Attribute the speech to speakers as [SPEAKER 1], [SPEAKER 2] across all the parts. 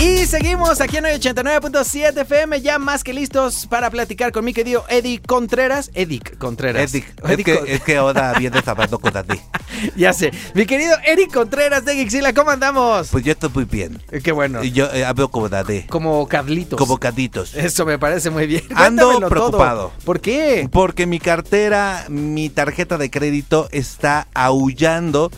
[SPEAKER 1] Y seguimos aquí en el 89.7 FM, ya más que listos para platicar con mi querido Eddie Contreras. Edic Contreras.
[SPEAKER 2] Edic,
[SPEAKER 1] Edic
[SPEAKER 2] es,
[SPEAKER 1] Con-
[SPEAKER 2] que, es que ahora vienes hablando con ti.
[SPEAKER 1] Ya sé. Mi querido Eric Contreras de Gixila, ¿cómo andamos?
[SPEAKER 2] Pues yo estoy muy bien.
[SPEAKER 1] Eh, Qué bueno.
[SPEAKER 2] Y Yo eh, hablo como Dadé,
[SPEAKER 1] Como Carlitos.
[SPEAKER 2] como Caditos.
[SPEAKER 1] Eso me parece muy bien.
[SPEAKER 2] Ando
[SPEAKER 1] Cuéntamelo todo.
[SPEAKER 2] preocupado.
[SPEAKER 1] ¿Por qué?
[SPEAKER 2] Porque mi cartera, mi tarjeta de crédito está aullando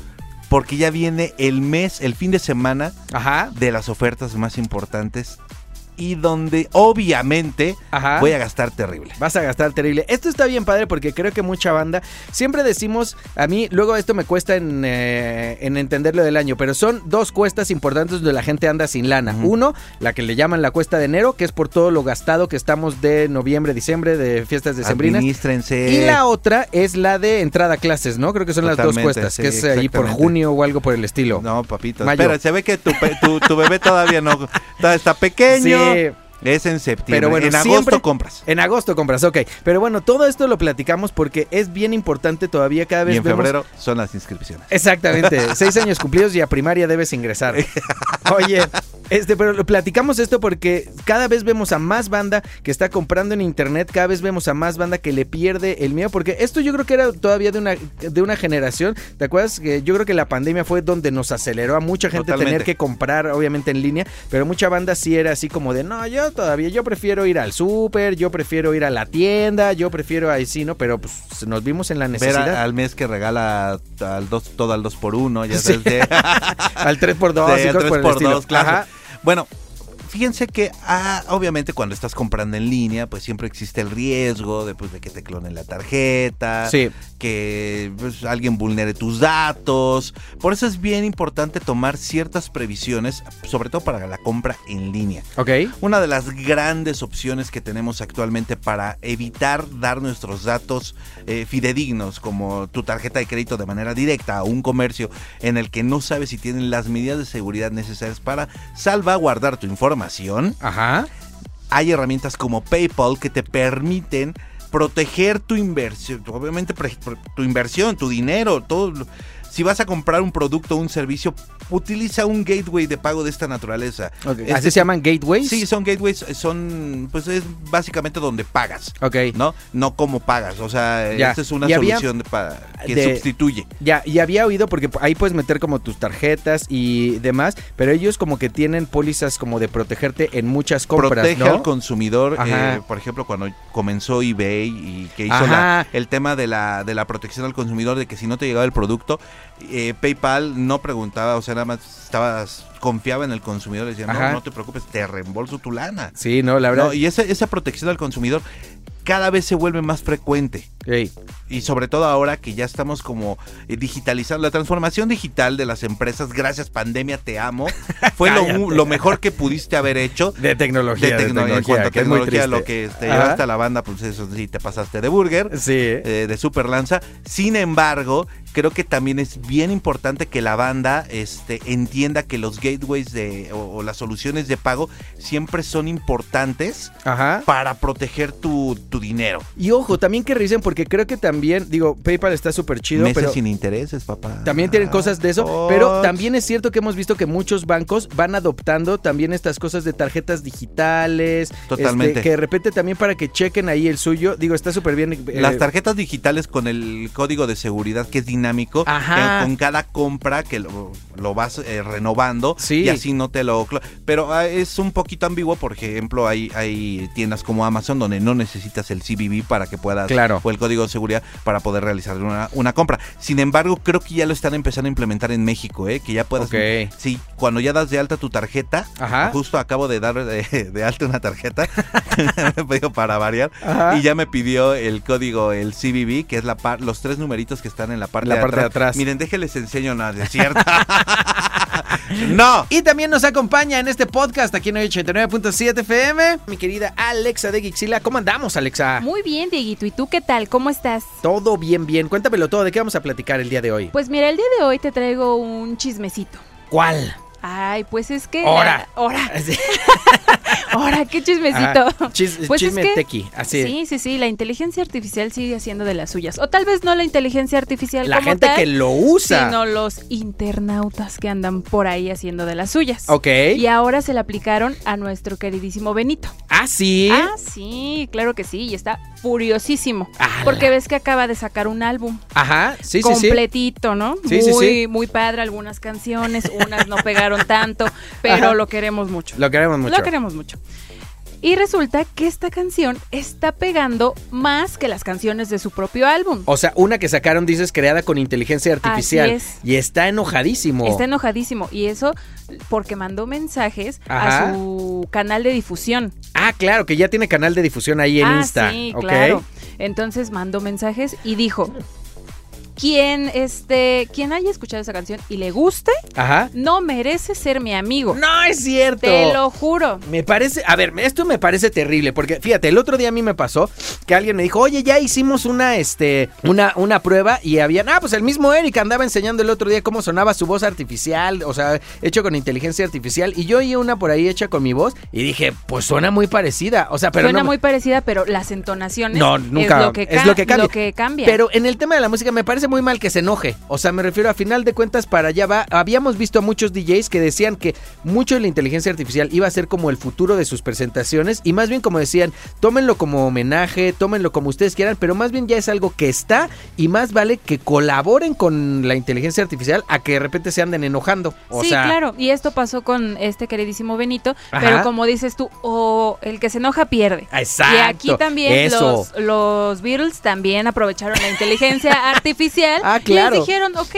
[SPEAKER 2] porque ya viene el mes, el fin de semana
[SPEAKER 1] Ajá.
[SPEAKER 2] de las ofertas más importantes y donde obviamente
[SPEAKER 1] Ajá.
[SPEAKER 2] voy a gastar terrible.
[SPEAKER 1] Vas a gastar terrible. Esto está bien padre porque creo que mucha banda. Siempre decimos, a mí luego esto me cuesta en, eh, en entenderlo del año, pero son dos cuestas importantes donde la gente anda sin lana.
[SPEAKER 2] Ujú.
[SPEAKER 1] Uno, la que le llaman la cuesta de enero, que es por todo lo gastado que estamos de noviembre, diciembre, de fiestas
[SPEAKER 2] Ah,
[SPEAKER 1] decembrinas.
[SPEAKER 2] Administrense.
[SPEAKER 1] Y la otra es la de entrada a clases, ¿no? Creo que son las dos
[SPEAKER 2] Eh, Totalmente,
[SPEAKER 1] cuestas,
[SPEAKER 2] sí,
[SPEAKER 1] que es eh, ahí por
[SPEAKER 2] exactamente.
[SPEAKER 1] junio o algo por el estilo.
[SPEAKER 2] No, papito.
[SPEAKER 1] Mayo.
[SPEAKER 2] Espera, se ve que tu, pe- tu, tu bebé todavía no todavía está pequeño.
[SPEAKER 1] Sí.
[SPEAKER 2] Es en septiembre.
[SPEAKER 1] Pero bueno,
[SPEAKER 2] en agosto
[SPEAKER 1] siempre-
[SPEAKER 2] compras.
[SPEAKER 1] En agosto compras, ok. Pero bueno, todo esto lo platicamos porque es bien importante todavía cada vez
[SPEAKER 2] Y en
[SPEAKER 1] vemos-
[SPEAKER 2] febrero son las inscripciones.
[SPEAKER 1] Exactamente, seis años cumplidos y a primaria debes ingresar. Oye, este, pero lo platicamos esto porque cada vez vemos a más banda que está comprando en internet, cada vez vemos a más banda que le pierde el miedo, porque esto yo creo que era todavía de una, de una generación, ¿te acuerdas? Que yo creo que la pandemia fue donde nos aceleró a mucha gente tener
[SPEAKER 2] Totalmente.
[SPEAKER 1] que comprar, obviamente en línea, pero mucha banda sí era así como de, no, yo todavía, yo prefiero ir al súper, yo prefiero ir a la tienda, yo prefiero ahí sí, ¿no? Pero pues nos vimos en la
[SPEAKER 2] Ver
[SPEAKER 1] necesidad.
[SPEAKER 2] a- al mes que regala al dos, todo al 2 por 1 ya
[SPEAKER 1] Sí.
[SPEAKER 2] sabes. de-
[SPEAKER 1] Al 3x2
[SPEAKER 2] de
[SPEAKER 1] y
[SPEAKER 2] al
[SPEAKER 1] cosas por el
[SPEAKER 2] 3x2,
[SPEAKER 1] estilo.
[SPEAKER 2] claro.
[SPEAKER 1] Ajá.
[SPEAKER 2] Bueno, fíjense que ah, obviamente cuando estás comprando en línea, pues siempre existe el riesgo de, pues, de que te clonen la tarjeta,
[SPEAKER 1] Sí,
[SPEAKER 2] que pues, alguien vulnere tus datos. Por eso es bien importante tomar ciertas previsiones, sobre todo para la compra en línea.
[SPEAKER 1] ok.
[SPEAKER 2] Una de las grandes opciones que tenemos actualmente para evitar dar nuestros datos eh, fidedignos, como tu tarjeta de crédito de manera directa a un comercio en el que no sabes si tienen las medidas de seguridad necesarias para salvaguardar tu información,
[SPEAKER 1] Ajá.
[SPEAKER 2] hay herramientas como PayPal que te permiten proteger tu inversión, obviamente pre- pre- tu inversión, tu dinero, todo. lo- Si vas a comprar un producto o un servicio, utiliza un gateway de pago de esta naturaleza.
[SPEAKER 1] okay.
[SPEAKER 2] Este
[SPEAKER 1] ¿Así se llaman gateways?
[SPEAKER 2] Sí, son gateways, son, pues es básicamente donde pagas,
[SPEAKER 1] Ok.
[SPEAKER 2] ¿no? No como pagas, o sea,
[SPEAKER 1] Ya.
[SPEAKER 2] esta es una
[SPEAKER 1] Y había
[SPEAKER 2] solución de pa- que
[SPEAKER 1] de-
[SPEAKER 2] sustituye.
[SPEAKER 1] Ya, y había oído porque ahí puedes meter como tus tarjetas y demás, pero ellos como que tienen pólizas como de protegerte en muchas compras,
[SPEAKER 2] Protege
[SPEAKER 1] ¿no?
[SPEAKER 2] al consumidor,
[SPEAKER 1] Ajá.
[SPEAKER 2] eh, por ejemplo, cuando comenzó eBay y que hizo
[SPEAKER 1] Ajá.
[SPEAKER 2] la- el tema de la, de la protección al consumidor, de que si no te llegaba el producto, eh, PayPal no preguntaba, o sea, nada más estabas, confiaba en el consumidor, decía,
[SPEAKER 1] Ajá.
[SPEAKER 2] no, no te preocupes, te reembolso tu lana.
[SPEAKER 1] Sí, no, la verdad.
[SPEAKER 2] No, y esa, esa protección al consumidor cada vez se vuelve más frecuente.
[SPEAKER 1] Ey,
[SPEAKER 2] Y sobre todo ahora que ya estamos como eh, digitalizando la transformación digital de las empresas, gracias pandemia, te amo, fue lo,
[SPEAKER 1] Cállate.
[SPEAKER 2] lo mejor que pudiste haber hecho.
[SPEAKER 1] de tecnología, de
[SPEAKER 2] de tecno-
[SPEAKER 1] tecnología,
[SPEAKER 2] en cuanto a
[SPEAKER 1] que es muy
[SPEAKER 2] tecnología,
[SPEAKER 1] triste.
[SPEAKER 2] lo que te
[SPEAKER 1] Ajá.
[SPEAKER 2] llevaste a la banda, pues eso sí, te pasaste de burger,
[SPEAKER 1] Sí.
[SPEAKER 2] eh, de super lanza. Sin embargo, creo que también es bien importante que la banda este, entienda que los gateways de, o, o las soluciones de pago siempre son importantes
[SPEAKER 1] Ajá.
[SPEAKER 2] para proteger tu, tu dinero.
[SPEAKER 1] Y ojo, también que revisen porque creo que también, digo, PayPal está súper chido,
[SPEAKER 2] Meses
[SPEAKER 1] pero
[SPEAKER 2] sin intereses, papá.
[SPEAKER 1] También tienen cosas de eso,
[SPEAKER 2] Oh,
[SPEAKER 1] pero también es cierto que hemos visto que muchos bancos van adoptando también estas cosas de tarjetas digitales.
[SPEAKER 2] Totalmente.
[SPEAKER 1] este, que de repente también para que chequen ahí el suyo, digo, está súper bien. eh,
[SPEAKER 2] Las tarjetas digitales con el código de seguridad que es dinámico,
[SPEAKER 1] Ajá.
[SPEAKER 2] que con cada compra que lo, lo vas eh, renovando
[SPEAKER 1] Sí.
[SPEAKER 2] y así no te lo... clo- Pero ah, es un poquito ambiguo, por ejemplo, hay, hay tiendas como Amazon donde no necesitas el CVV para que puedas...
[SPEAKER 1] Claro.
[SPEAKER 2] O el código de seguridad para poder realizar una, una compra. Sin embargo, creo que ya lo están empezando a implementar en México, ¿eh? Que ya puedas...
[SPEAKER 1] Ok.
[SPEAKER 2] Sí, cuando ya das de alta tu tarjeta,
[SPEAKER 1] Ajá.
[SPEAKER 2] justo acabo de dar de, de alta una tarjeta, me pidió para variar,
[SPEAKER 1] Ajá.
[SPEAKER 2] y ya me pidió el código, el CVV, que es la par- los tres numeritos que están en la parte,
[SPEAKER 1] La
[SPEAKER 2] de,
[SPEAKER 1] parte de
[SPEAKER 2] atrás.
[SPEAKER 1] atrás.
[SPEAKER 2] Miren, déjenles enseño nada, es cierto. No.
[SPEAKER 1] Y también nos acompaña en este podcast aquí en 89.7 FM, mi querida Alexa de Gixila. ¿Cómo andamos, Alexa?
[SPEAKER 3] Muy bien, Dieguito. ¿Y tú qué tal? ¿Cómo estás?
[SPEAKER 1] Todo bien, bien. Cuéntamelo todo. ¿De qué vamos a platicar el día de hoy?
[SPEAKER 3] Pues mira, el día de hoy te traigo un chismecito.
[SPEAKER 1] ¿Cuál?
[SPEAKER 3] Ay, pues es que.
[SPEAKER 1] Ahora.
[SPEAKER 3] Ahora. Ahora, qué Ah, chismecito.
[SPEAKER 1] Ah, chis-
[SPEAKER 3] Pues es
[SPEAKER 1] chisme
[SPEAKER 3] que-
[SPEAKER 1] tequi, así.
[SPEAKER 3] Sí, sí, sí, la inteligencia artificial sigue haciendo de las suyas. O tal vez no la inteligencia artificial
[SPEAKER 1] La
[SPEAKER 3] como
[SPEAKER 1] gente
[SPEAKER 3] tal,
[SPEAKER 1] que lo usa.
[SPEAKER 3] sino los internautas que andan por ahí haciendo de las suyas.
[SPEAKER 1] Ok.
[SPEAKER 3] Y ahora se la aplicaron a nuestro queridísimo Benito.
[SPEAKER 1] Ah, sí.
[SPEAKER 3] Ah, sí, claro que sí, y está furiosísimo.
[SPEAKER 1] Ala.
[SPEAKER 3] Porque ves que acaba de sacar un álbum
[SPEAKER 1] Ah, Ajá, sí, sí, sí.
[SPEAKER 3] completito, ¿no?
[SPEAKER 1] Sí,
[SPEAKER 3] muy,
[SPEAKER 1] sí, sí.
[SPEAKER 3] muy padre, algunas canciones, unas no pegaron tanto, pero
[SPEAKER 1] Ajá.
[SPEAKER 3] lo queremos mucho.
[SPEAKER 1] Lo queremos mucho.
[SPEAKER 3] Lo queremos mucho. Y resulta que esta canción está pegando más que las canciones de su propio álbum.
[SPEAKER 1] O sea, una que sacaron, dices, creada con inteligencia artificial.
[SPEAKER 3] Así es.
[SPEAKER 1] Y está enojadísimo.
[SPEAKER 3] Está enojadísimo y eso porque mandó mensajes
[SPEAKER 1] Ajá.
[SPEAKER 3] a su canal de difusión.
[SPEAKER 1] Ah, claro, que ya tiene canal de difusión ahí en
[SPEAKER 3] ah,
[SPEAKER 1] Insta.
[SPEAKER 3] Sí,
[SPEAKER 1] ok.
[SPEAKER 3] claro. Entonces mandó mensajes y dijo: Quien este, quien haya escuchado esa canción y le guste,
[SPEAKER 1] Ajá.
[SPEAKER 3] no merece ser mi amigo.
[SPEAKER 1] No es cierto.
[SPEAKER 3] Te lo juro.
[SPEAKER 1] Me parece, a ver, esto me parece terrible, porque fíjate, el otro día a mí me pasó que alguien me dijo, oye, ya hicimos una, este, una, una prueba y habían, ah, pues el mismo Eric andaba enseñando el otro día cómo sonaba su voz artificial, o sea, hecho con inteligencia artificial, y yo oí una por ahí hecha con mi voz y dije, pues suena muy parecida, o sea, pero
[SPEAKER 3] Suena
[SPEAKER 1] no,
[SPEAKER 3] muy parecida, pero las entonaciones
[SPEAKER 1] No, nunca-
[SPEAKER 3] es lo que,
[SPEAKER 1] es
[SPEAKER 3] ca-
[SPEAKER 1] lo que cambia.
[SPEAKER 3] cambia.
[SPEAKER 1] Pero en el tema de la música me parece muy mal que se enoje. O sea, me refiero a final de cuentas para allá va. Habíamos visto a muchos DJs que decían que mucho de la inteligencia artificial iba a ser como el futuro de sus presentaciones y más bien como decían, tómenlo como homenaje, tómenlo como ustedes quieran, pero más bien ya es algo que está y más vale que colaboren con la inteligencia artificial a que de repente se anden enojando. O
[SPEAKER 3] sí,
[SPEAKER 1] sea,
[SPEAKER 3] claro. Y esto pasó con este queridísimo Benito.
[SPEAKER 1] Ajá.
[SPEAKER 3] Pero como dices tú, o el que se enoja pierde.
[SPEAKER 1] Exacto.
[SPEAKER 3] Y aquí también
[SPEAKER 1] Eso.
[SPEAKER 3] los, los Beatles también aprovecharon la inteligencia artificial.
[SPEAKER 1] Ah, claro.
[SPEAKER 3] Y les dijeron, ok,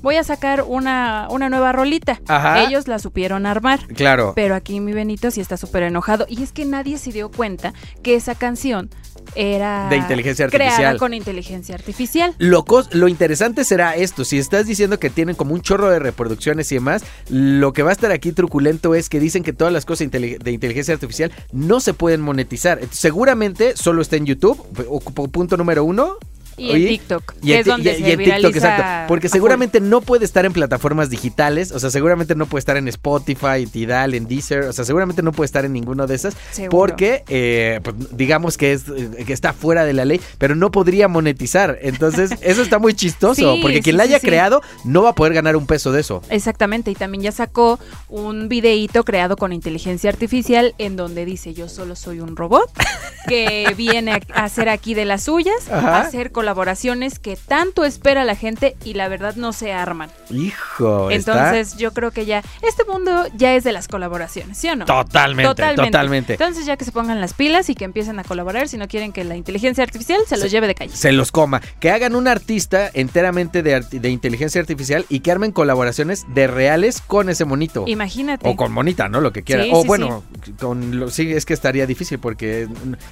[SPEAKER 3] voy a sacar una, una nueva rolita.
[SPEAKER 1] Ajá.
[SPEAKER 3] Ellos la supieron armar.
[SPEAKER 1] Claro.
[SPEAKER 3] Pero aquí mi Benito sí está súper enojado. Y es que nadie se dio cuenta que esa canción era...
[SPEAKER 1] De inteligencia
[SPEAKER 3] Creada
[SPEAKER 1] artificial.
[SPEAKER 3] con inteligencia artificial.
[SPEAKER 1] Lo, cos- lo interesante será esto, si estás diciendo que tienen como un chorro de reproducciones y demás, lo que va a estar aquí truculento es que dicen que todas las cosas inteli- de inteligencia artificial no se pueden monetizar. Entonces, Seguramente solo está en YouTube, o- o- punto número uno.
[SPEAKER 3] Y en
[SPEAKER 1] Oye,
[SPEAKER 3] TikTok,
[SPEAKER 1] y
[SPEAKER 3] que
[SPEAKER 1] en
[SPEAKER 3] es
[SPEAKER 1] ti-
[SPEAKER 3] donde
[SPEAKER 1] y-
[SPEAKER 3] se
[SPEAKER 1] y en TikTok,
[SPEAKER 3] viraliza
[SPEAKER 1] exacto. Porque
[SPEAKER 3] a full.
[SPEAKER 1] seguramente no puede estar en plataformas digitales, o sea, seguramente no puede estar en Spotify, en Tidal, en Deezer, o sea, seguramente no puede estar en ninguna de esas.
[SPEAKER 3] Seguro.
[SPEAKER 1] Porque, eh, pues, digamos que, es, eh, que está fuera de la ley, pero no podría monetizar. Entonces, eso está muy chistoso,
[SPEAKER 3] Sí,
[SPEAKER 1] porque quien
[SPEAKER 3] sí,
[SPEAKER 1] la
[SPEAKER 3] sí,
[SPEAKER 1] haya
[SPEAKER 3] sí.
[SPEAKER 1] creado no va a poder ganar un peso de eso.
[SPEAKER 3] Exactamente, y también ya sacó un videíto creado con inteligencia artificial en donde dice yo solo soy un robot que viene a hacer aquí de las suyas,
[SPEAKER 1] Ajá.
[SPEAKER 3] a hacer colaboraciones que tanto espera la gente y la verdad no se arman.
[SPEAKER 1] Hijo, está
[SPEAKER 3] Entonces yo creo que ya este mundo ya es de las colaboraciones, ¿sí o no?
[SPEAKER 1] totalmente, totalmente.
[SPEAKER 3] Entonces ya que se pongan las pilas y que empiecen a colaborar si no quieren que la inteligencia artificial se los lleve de calle.
[SPEAKER 1] Se los coma. Que hagan un artista enteramente de, arti- de inteligencia artificial y que armen colaboraciones de reales con ese monito.
[SPEAKER 3] Imagínate.
[SPEAKER 1] O con monita, ¿no? Lo que quiera.
[SPEAKER 3] Sí,
[SPEAKER 1] o
[SPEAKER 3] sí,
[SPEAKER 1] bueno, con lo, sí, es que estaría difícil porque...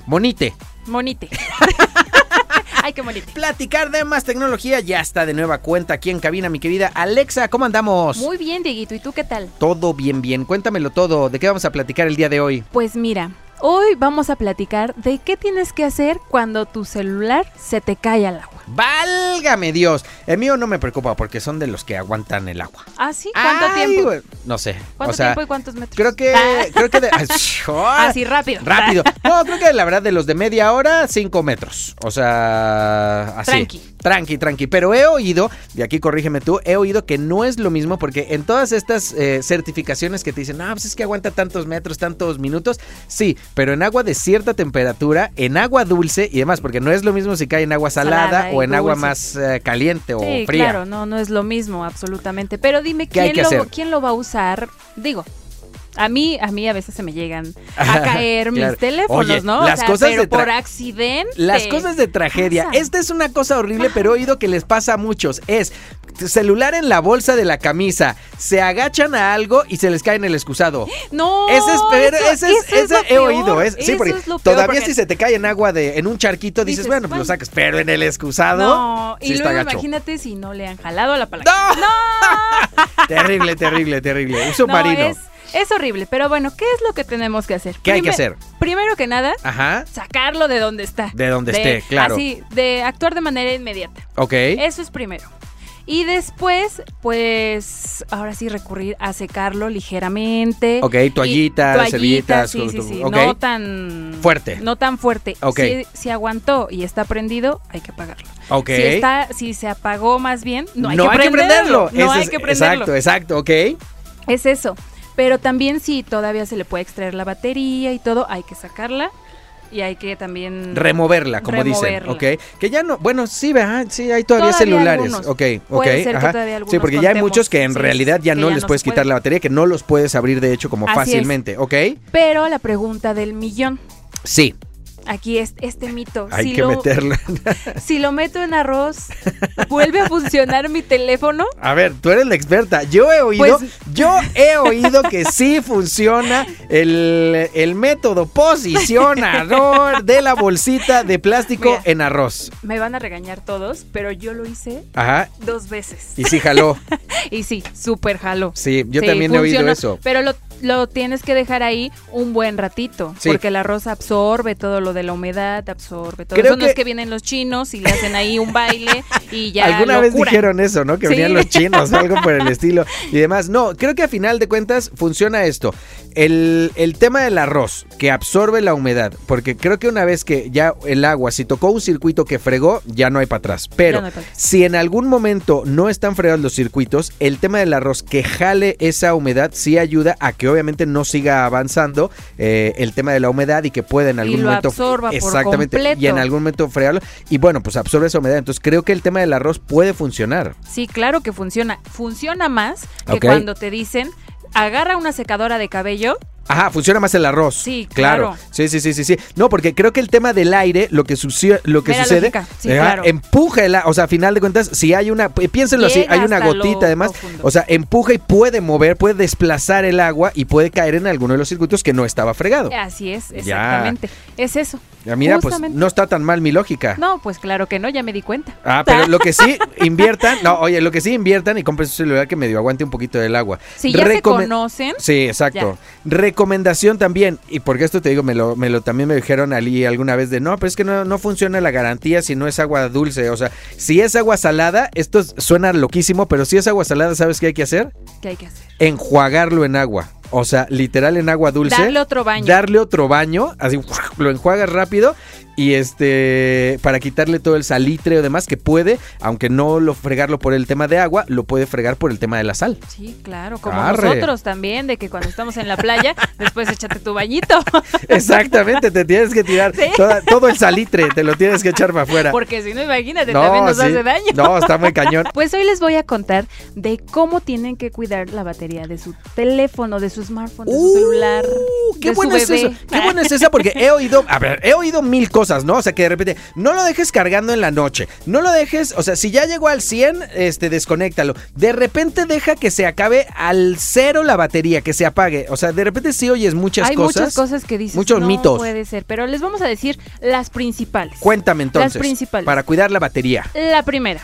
[SPEAKER 1] Monite.
[SPEAKER 3] Monite. Ay, qué monite.
[SPEAKER 1] Platicar de más tecnología ya está de nueva cuenta aquí en cabina, mi querida Alexa. ¿Cómo andamos?
[SPEAKER 3] Muy bien, Dieguito. ¿Y tú qué tal?
[SPEAKER 1] Todo bien, bien. Cuéntamelo todo. ¿De qué vamos a platicar el día de hoy?
[SPEAKER 3] Pues mira, hoy vamos a platicar de qué tienes que hacer cuando tu celular se te cae al agua.
[SPEAKER 1] ¡Válgame Dios! El mío no me preocupa porque son de los que aguantan el agua.
[SPEAKER 3] ¿Ah, sí? ¿Cuánto
[SPEAKER 1] Ay,
[SPEAKER 3] tiempo?
[SPEAKER 1] güey. No sé.
[SPEAKER 3] ¿Cuánto
[SPEAKER 1] o sea,
[SPEAKER 3] tiempo y cuántos metros?
[SPEAKER 1] creo que.
[SPEAKER 3] Ah,
[SPEAKER 1] Creo que de.
[SPEAKER 3] así rápido.
[SPEAKER 1] Rápido. No, creo que la verdad de los de media hora, 5 metros. O sea, así.
[SPEAKER 3] Tranqui.
[SPEAKER 1] Tranqui, tranqui. Pero he oído, y aquí corrígeme tú, he oído que no es lo mismo porque en todas estas eh, certificaciones que te dicen, ah, pues es que aguanta tantos metros, tantos minutos. Sí, pero en agua de cierta temperatura, en agua dulce y demás, porque no es lo mismo si cae en agua salada,
[SPEAKER 3] Salada y
[SPEAKER 1] o en agua
[SPEAKER 3] dulce.
[SPEAKER 1] más eh, caliente o
[SPEAKER 3] Sí,
[SPEAKER 1] fría.
[SPEAKER 3] claro, no, no es lo mismo, absolutamente. Pero dime
[SPEAKER 1] ¿Qué hay
[SPEAKER 3] quién
[SPEAKER 1] que
[SPEAKER 3] lo,
[SPEAKER 1] hacer?
[SPEAKER 3] quién lo va a usar. Digo. A mí, a mí a veces se me llegan a caer mis
[SPEAKER 1] Claro.
[SPEAKER 3] teléfonos,
[SPEAKER 1] Oye,
[SPEAKER 3] ¿no?
[SPEAKER 1] las cosas
[SPEAKER 3] pero
[SPEAKER 1] de tra-
[SPEAKER 3] por accidente.
[SPEAKER 1] Las cosas de tragedia.
[SPEAKER 3] Pasa.
[SPEAKER 1] Esta es una cosa horrible, pero he oído que les pasa a muchos. Es celular en la bolsa de la camisa, se agachan a algo y se les cae en el excusado.
[SPEAKER 3] No,
[SPEAKER 1] Ese es, pero
[SPEAKER 3] eso-
[SPEAKER 1] ese es-
[SPEAKER 3] eso es
[SPEAKER 1] ese
[SPEAKER 3] lo
[SPEAKER 1] he
[SPEAKER 3] peor,
[SPEAKER 1] oído. es- sí,
[SPEAKER 3] eso
[SPEAKER 1] porque
[SPEAKER 3] es lo peor,
[SPEAKER 1] todavía
[SPEAKER 3] porque-
[SPEAKER 1] si se te cae en agua de, en un charquito, dices,
[SPEAKER 3] Dices,
[SPEAKER 1] bueno, pues
[SPEAKER 3] bueno.
[SPEAKER 1] lo sacas, pero en el excusado.
[SPEAKER 3] No, y
[SPEAKER 1] sí está
[SPEAKER 3] luego
[SPEAKER 1] gacho.
[SPEAKER 3] imagínate si no le han jalado la palanca.
[SPEAKER 1] ¡No! terrible, terrible, terrible. Un submarino.
[SPEAKER 3] es, es horrible, pero bueno, ¿qué es lo que tenemos que hacer?
[SPEAKER 1] ¿Qué hay que
[SPEAKER 3] Prime-
[SPEAKER 1] hacer?
[SPEAKER 3] Primero que nada,
[SPEAKER 1] Ajá.
[SPEAKER 3] sacarlo de donde está.
[SPEAKER 1] De donde esté, claro.
[SPEAKER 3] Así, de actuar de manera inmediata.
[SPEAKER 1] Ok.
[SPEAKER 3] Eso es primero. Y después, pues, ahora sí recurrir a secarlo ligeramente.
[SPEAKER 1] Ok,
[SPEAKER 3] Y-
[SPEAKER 1] toallitas, servilletas,
[SPEAKER 3] Sí, sí,
[SPEAKER 1] tu-
[SPEAKER 3] sí.
[SPEAKER 1] ok.
[SPEAKER 3] No tan
[SPEAKER 1] Fuerte.
[SPEAKER 3] No tan fuerte.
[SPEAKER 1] Ok.
[SPEAKER 3] Si, si aguantó y está prendido, hay que apagarlo.
[SPEAKER 1] ok.
[SPEAKER 3] Si está, si se apagó más bien, no hay, que,
[SPEAKER 1] que
[SPEAKER 3] prenderlo. No
[SPEAKER 1] Ese
[SPEAKER 3] hay
[SPEAKER 1] es-
[SPEAKER 3] que prenderlo.
[SPEAKER 1] Exacto, exacto, ok.
[SPEAKER 3] Es eso. Pero también si todavía se le puede extraer la batería y todo, hay que sacarla y hay que también
[SPEAKER 1] Removerla, como
[SPEAKER 3] Mm. Removerla.
[SPEAKER 1] dicen. Ok. Que ya no, bueno, sí, ¿verdad? Sí, hay todavía,
[SPEAKER 3] Todavía
[SPEAKER 1] celulares.
[SPEAKER 3] algunos.
[SPEAKER 1] Ok, ok.
[SPEAKER 3] Puede ser que
[SPEAKER 1] ajá.
[SPEAKER 3] todavía algunos
[SPEAKER 1] sí, porque ya hay
[SPEAKER 3] contemos.
[SPEAKER 1] muchos que en
[SPEAKER 3] Sí,
[SPEAKER 1] realidad ya
[SPEAKER 3] que
[SPEAKER 1] no
[SPEAKER 3] ya
[SPEAKER 1] les
[SPEAKER 3] no
[SPEAKER 1] puedes
[SPEAKER 3] se puede.
[SPEAKER 1] quitar la batería, que no los puedes abrir de hecho como
[SPEAKER 3] Así es.
[SPEAKER 1] fácilmente, ¿ok?
[SPEAKER 3] Pero la pregunta del millón.
[SPEAKER 1] Sí,
[SPEAKER 3] Aquí es este mito.
[SPEAKER 1] hay
[SPEAKER 3] si,
[SPEAKER 1] que
[SPEAKER 3] lo,
[SPEAKER 1] meterla.
[SPEAKER 3] si lo meto en arroz, ¿vuelve a funcionar mi teléfono?
[SPEAKER 1] A ver, tú eres la experta. Yo he oído,
[SPEAKER 3] Pues-
[SPEAKER 1] yo he oído que sí funciona el, el método posicionador de la bolsita de plástico
[SPEAKER 3] Mira.
[SPEAKER 1] en arroz.
[SPEAKER 3] Me van a regañar todos, pero yo lo hice
[SPEAKER 1] Ajá.
[SPEAKER 3] dos veces.
[SPEAKER 1] Y sí jaló.
[SPEAKER 3] Y sí, súper jaló.
[SPEAKER 1] Sí, yo
[SPEAKER 3] Sí,
[SPEAKER 1] también he oído
[SPEAKER 3] funcionó,
[SPEAKER 1] eso.
[SPEAKER 3] Pero lo, lo tienes que dejar ahí un buen ratito,
[SPEAKER 1] Sí.
[SPEAKER 3] porque el arroz absorbe todo lo de la humedad, absorbe todo.
[SPEAKER 1] Creo
[SPEAKER 3] eso no es
[SPEAKER 1] que-
[SPEAKER 3] que vienen los chinos y le hacen ahí un baile y ya
[SPEAKER 1] Alguna
[SPEAKER 3] lo
[SPEAKER 1] vez
[SPEAKER 3] curan.
[SPEAKER 1] dijeron eso, ¿no? Que
[SPEAKER 3] Sí.
[SPEAKER 1] venían los chinos, algo por el estilo y demás. No, creo que a final de cuentas funciona esto. El, el tema del arroz, que absorbe la humedad, porque creo que una vez que ya el agua, si tocó un circuito que fregó, ya no hay para atrás. Pero
[SPEAKER 3] Ya no hay para atrás.
[SPEAKER 1] si en algún momento no están fregados los circuitos, el tema del arroz que jale esa humedad sí ayuda a que obviamente no siga avanzando eh, el tema de la humedad y que pueda en algún
[SPEAKER 3] lo
[SPEAKER 1] momento
[SPEAKER 3] absorba por
[SPEAKER 1] exactamente y en
[SPEAKER 3] completo.
[SPEAKER 1] algún momento fregarlo y bueno pues absorbe esa humedad entonces creo que el tema del arroz puede funcionar
[SPEAKER 3] Sí, claro que funciona. Funciona más que
[SPEAKER 1] Ok.
[SPEAKER 3] cuando te dicen, agarra una secadora de cabello.
[SPEAKER 1] Ajá, funciona más el arroz.
[SPEAKER 3] Sí, claro.
[SPEAKER 1] Sí, sí, sí, sí, sí. No, porque creo que el tema del aire, lo que, suci- lo que
[SPEAKER 3] Mera
[SPEAKER 1] sucede,
[SPEAKER 3] lógica, sí,
[SPEAKER 1] ajá,
[SPEAKER 3] claro.
[SPEAKER 1] empuja el, a- o sea, a final de cuentas, si hay una, pi- piénsenlo así,
[SPEAKER 3] Llega
[SPEAKER 1] hay una
[SPEAKER 3] hasta lo
[SPEAKER 1] gotita además,
[SPEAKER 3] profundo.
[SPEAKER 1] o sea, empuja y puede mover, puede desplazar el agua y puede caer en alguno de los circuitos que no estaba fregado.
[SPEAKER 3] Así es,
[SPEAKER 1] Ya.
[SPEAKER 3] exactamente. Es eso.
[SPEAKER 1] Ya, Mira, pues
[SPEAKER 3] justamente.
[SPEAKER 1] no está tan mal mi lógica.
[SPEAKER 3] No, pues claro que no, ya me di cuenta.
[SPEAKER 1] Ah, pero lo que sí inviertan, no, oye, lo que sí inviertan y compren su celular que medio aguante un poquito del agua.
[SPEAKER 3] Si ya se
[SPEAKER 1] Recome-
[SPEAKER 3] conocen,
[SPEAKER 1] Sí, exacto. Recomendación también, y porque esto te digo, me lo, me lo también me dijeron allí alguna vez de no, pero es que no, no funciona la garantía si no es agua dulce. O sea, si es agua salada, esto s- suena loquísimo, pero si es agua salada, ¿sabes qué hay que hacer?
[SPEAKER 3] ¿qué hay que hacer?
[SPEAKER 1] Enjuagarlo en agua. O sea, literal en agua dulce.
[SPEAKER 3] Darle otro baño.
[SPEAKER 1] Darle otro baño, así lo enjuagas rápido y este para quitarle todo el salitre o demás que puede, aunque no lo fregarlo por el tema de agua, lo puede fregar por el tema de la sal.
[SPEAKER 3] Sí, claro, como
[SPEAKER 1] Arre.
[SPEAKER 3] nosotros también, de que cuando estamos en la playa, después échate tu bañito,
[SPEAKER 1] Exactamente, te tienes que tirar
[SPEAKER 3] Sí.
[SPEAKER 1] toda- todo el salitre, te lo tienes que echar para afuera.
[SPEAKER 3] porque si no, imagínate, también nos
[SPEAKER 1] sí.
[SPEAKER 3] hace daño.
[SPEAKER 1] No, está muy cañón.
[SPEAKER 3] Pues hoy les voy a contar de cómo tienen que cuidar la batería de su teléfono, de su smartphone, de su celular.
[SPEAKER 1] Uh, qué
[SPEAKER 3] de su
[SPEAKER 1] bueno es
[SPEAKER 3] bebé.
[SPEAKER 1] eso. Qué bueno es esa porque he oído, a ver, he oído mil cosas, ¿no? O sea, que de repente no lo dejes cargando en la noche. No lo dejes, o sea, si ya llegó al 100, este desconéctalo. De repente deja que se acabe al cero la batería, que se apague. O sea, de repente sí oyes muchas
[SPEAKER 3] Hay
[SPEAKER 1] cosas.
[SPEAKER 3] muchas cosas que dicen.
[SPEAKER 1] muchos
[SPEAKER 3] no
[SPEAKER 1] mitos.
[SPEAKER 3] puede ser, pero les vamos a decir las principales.
[SPEAKER 1] Cuéntame entonces.
[SPEAKER 3] principales.
[SPEAKER 1] Para cuidar la batería.
[SPEAKER 3] La primera.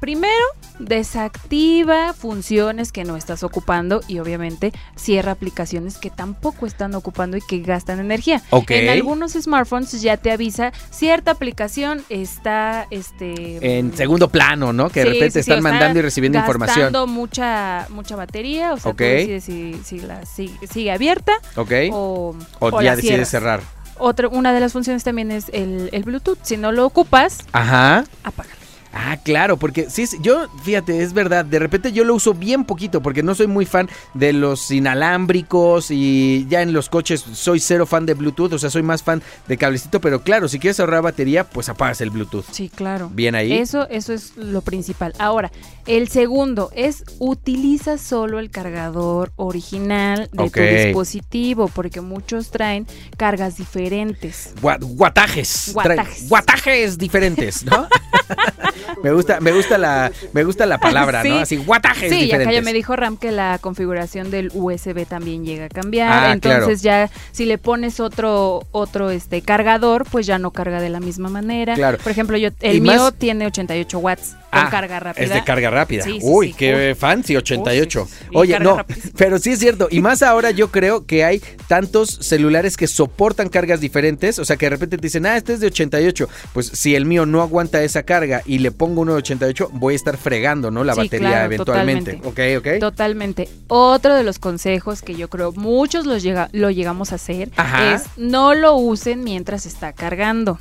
[SPEAKER 3] Primero, desactiva funciones que no estás ocupando y obviamente cierra aplicaciones que tampoco están ocupando y que gastan energía.
[SPEAKER 1] Ok.
[SPEAKER 3] En algunos smartphones ya te avisa cierta aplicación está este
[SPEAKER 1] En segundo plano, ¿no? Que de
[SPEAKER 3] sí,
[SPEAKER 1] repente
[SPEAKER 3] sí, sí,
[SPEAKER 1] están
[SPEAKER 3] o sea,
[SPEAKER 1] mandando y recibiendo información.
[SPEAKER 3] Gastando mucha mucha batería, o sea, tú
[SPEAKER 1] Ok.
[SPEAKER 3] decides si, si la si- sigue abierta
[SPEAKER 1] Ok.
[SPEAKER 3] o,
[SPEAKER 1] O,
[SPEAKER 3] o
[SPEAKER 1] ya
[SPEAKER 3] la
[SPEAKER 1] decides
[SPEAKER 3] cierras.
[SPEAKER 1] cerrar.
[SPEAKER 3] Otra una de las funciones también es el, el Bluetooth, si no lo ocupas,
[SPEAKER 1] Ajá.
[SPEAKER 3] apágalo.
[SPEAKER 1] Ah, claro, porque sí, sí, yo, fíjate, es verdad, de repente yo lo uso bien poquito porque no soy muy fan de los inalámbricos y ya en los coches soy cero fan de Bluetooth, o sea, soy más fan de cablecito, pero claro, si quieres ahorrar batería, pues apagas el Bluetooth.
[SPEAKER 3] Sí, claro.
[SPEAKER 1] Bien ahí.
[SPEAKER 3] Eso, eso es lo principal. Ahora, el segundo es utiliza solo el cargador original de
[SPEAKER 1] Ok.
[SPEAKER 3] tu dispositivo, porque muchos traen cargas diferentes.
[SPEAKER 1] Gua- guatajes. Trae-
[SPEAKER 3] Guatajes.
[SPEAKER 1] guatajes diferentes, ¿no? Me gusta, me gusta la, me gusta la palabra,
[SPEAKER 3] Sí.
[SPEAKER 1] ¿no? Así, guatajes
[SPEAKER 3] Sí, y acá ya
[SPEAKER 1] diferentes.
[SPEAKER 3] me dijo Ram que la configuración del USB también llega a cambiar.
[SPEAKER 1] Ah,
[SPEAKER 3] entonces ya si le pones otro otro este cargador, pues ya no carga de la misma manera.
[SPEAKER 1] Claro.
[SPEAKER 3] Por ejemplo, yo el
[SPEAKER 1] Y
[SPEAKER 3] mío
[SPEAKER 1] más-
[SPEAKER 3] tiene 88 watts con
[SPEAKER 1] Ah,
[SPEAKER 3] carga rápida.
[SPEAKER 1] Es de carga rápida.
[SPEAKER 3] Sí, sí,
[SPEAKER 1] Uy,
[SPEAKER 3] sí.
[SPEAKER 1] qué fancy, 88.
[SPEAKER 3] Uy, sí, sí, sí.
[SPEAKER 1] Oye,
[SPEAKER 3] Carga
[SPEAKER 1] no,
[SPEAKER 3] rapidísima.
[SPEAKER 1] pero sí es cierto. Y más ahora yo creo que hay tantos celulares que soportan cargas diferentes. O sea, que de repente te dicen, ah, este es de 88. Pues si el mío no aguanta esa carga y le pongo uno de 88, voy a estar fregando, ¿no? La
[SPEAKER 3] Sí,
[SPEAKER 1] batería
[SPEAKER 3] claro,
[SPEAKER 1] eventualmente. Ok, ok.
[SPEAKER 3] Totalmente. Otro de los consejos que yo creo muchos los llega, lo llegamos a hacer
[SPEAKER 1] Ajá.
[SPEAKER 3] es no lo usen mientras está cargando.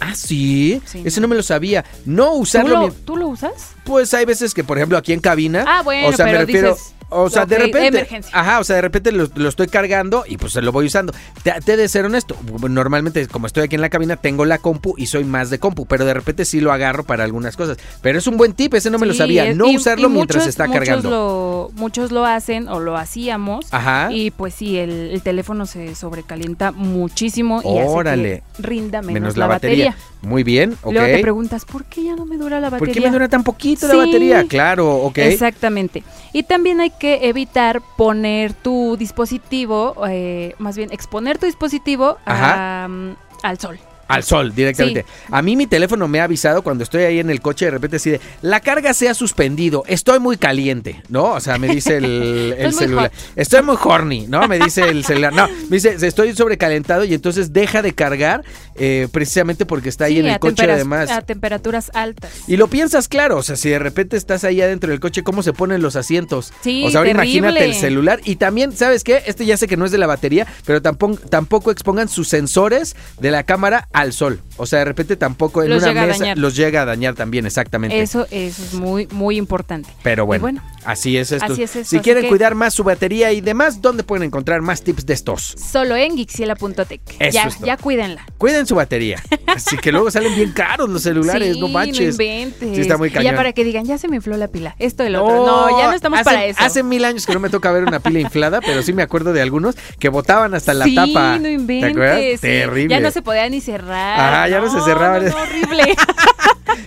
[SPEAKER 1] Ah, sí.
[SPEAKER 3] Sí,
[SPEAKER 1] Eso no
[SPEAKER 3] no.
[SPEAKER 1] me lo sabía. No
[SPEAKER 3] ¿Tú
[SPEAKER 1] usarlo.
[SPEAKER 3] lo,
[SPEAKER 1] mi-
[SPEAKER 3] tú lo usas?
[SPEAKER 1] Pues hay veces que, por ejemplo, aquí en cabina.
[SPEAKER 3] Ah, bueno,
[SPEAKER 1] o sea, me
[SPEAKER 3] pero
[SPEAKER 1] refiero.
[SPEAKER 3] dices,
[SPEAKER 1] O sea, de
[SPEAKER 3] ok,
[SPEAKER 1] repente.
[SPEAKER 3] emergencia.
[SPEAKER 1] Ajá, o sea, de repente lo, lo estoy cargando y pues lo voy usando. Te, te he de ser honesto. Normalmente, como estoy aquí en la cabina, tengo la compu y soy más de compu, pero de repente sí lo agarro para algunas cosas. Pero es un buen tip, ese no me lo
[SPEAKER 3] Sí,
[SPEAKER 1] sabía.
[SPEAKER 3] es-
[SPEAKER 1] No
[SPEAKER 3] y-
[SPEAKER 1] usarlo
[SPEAKER 3] y
[SPEAKER 1] mientras
[SPEAKER 3] muchos-
[SPEAKER 1] se está
[SPEAKER 3] muchos
[SPEAKER 1] cargando.
[SPEAKER 3] Lo, muchos lo hacen o lo hacíamos.
[SPEAKER 1] Ajá.
[SPEAKER 3] Y pues sí, el, el teléfono se sobrecalienta muchísimo y
[SPEAKER 1] Órale.
[SPEAKER 3] hace que rinda menos,
[SPEAKER 1] menos, la batería. Muy bien, ok.
[SPEAKER 3] Luego te preguntas, ¿por qué ya no me dura la
[SPEAKER 1] ¿Por
[SPEAKER 3] batería?
[SPEAKER 1] qué me dura tan poquito
[SPEAKER 3] Sí.
[SPEAKER 1] la batería? Claro, ok.
[SPEAKER 3] Exactamente. Y también hay que evitar poner tu dispositivo, eh, más bien exponer tu dispositivo a, mm, al sol.
[SPEAKER 1] Al sol, directamente. A mí mi teléfono me ha avisado cuando estoy ahí en el coche de repente así de, la carga se ha suspendido, estoy muy caliente, ¿no? O sea, me dice el, el
[SPEAKER 3] Estoy muy
[SPEAKER 1] celular. Estoy muy horny, ¿no? Me dice el celular. No, me dice, estoy sobrecalentado y entonces deja de cargar eh, precisamente porque está ahí
[SPEAKER 3] Sí,
[SPEAKER 1] en el
[SPEAKER 3] a
[SPEAKER 1] coche
[SPEAKER 3] temperas-
[SPEAKER 1] además.
[SPEAKER 3] A temperaturas altas.
[SPEAKER 1] Y lo piensas claro, o sea, si de repente estás ahí adentro del coche, ¿cómo se ponen los asientos?
[SPEAKER 3] Sí,
[SPEAKER 1] o sea, ahora
[SPEAKER 3] terrible.
[SPEAKER 1] imagínate el celular. Y también, ¿sabes qué? Este ya sé que no es de la batería, pero tampoco, tampoco expongan sus sensores de la cámara al sol. O sea, de repente tampoco en
[SPEAKER 3] Los
[SPEAKER 1] una
[SPEAKER 3] llega a
[SPEAKER 1] mesa
[SPEAKER 3] dañar.
[SPEAKER 1] los llega a dañar también, exactamente.
[SPEAKER 3] Eso, eso es muy, muy importante.
[SPEAKER 1] Pero bueno,
[SPEAKER 3] Y bueno,
[SPEAKER 1] así es esto.
[SPEAKER 3] así es esto,
[SPEAKER 1] si
[SPEAKER 3] así
[SPEAKER 1] quieren
[SPEAKER 3] que-
[SPEAKER 1] cuidar más su batería y demás, ¿dónde pueden encontrar más tips de estos?
[SPEAKER 3] Solo en Gixiela.tech.
[SPEAKER 1] Eso
[SPEAKER 3] Ya,
[SPEAKER 1] es todo.
[SPEAKER 3] ya cuídenla.
[SPEAKER 1] Cuiden su batería. Así que luego salen bien caros los celulares,
[SPEAKER 3] Sí,
[SPEAKER 1] no manches.
[SPEAKER 3] inventes.
[SPEAKER 1] Sí, está muy
[SPEAKER 3] Y
[SPEAKER 1] cañón.
[SPEAKER 3] ya para que digan, ya se me infló la pila. Esto el otro. No, ya no estamos
[SPEAKER 1] hace-
[SPEAKER 3] para eso.
[SPEAKER 1] Hace mil años que no me toca ver una pila inflada, pero sí me acuerdo de algunos que botaban hasta la
[SPEAKER 3] sí,
[SPEAKER 1] tapa.
[SPEAKER 3] No
[SPEAKER 1] ¿Te acuerdas?
[SPEAKER 3] inventes. sí.
[SPEAKER 1] Terrible.
[SPEAKER 3] Ya no se podía ni cerrar.
[SPEAKER 1] Ajá, ya no se cerraban.
[SPEAKER 3] no, no, horrible.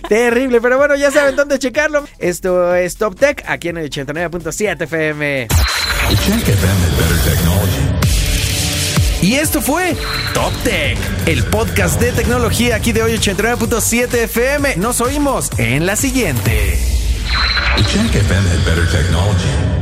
[SPEAKER 1] Terrible, pero bueno, ya saben dónde checarlo. Esto es Top Tech aquí en el 89.7 FM.
[SPEAKER 4] You can't get them with better technology.
[SPEAKER 1] Y esto fue Top Tech, el podcast de tecnología aquí de hoy 89.7 FM. Nos oímos en la siguiente.
[SPEAKER 4] You can't get them with better technology.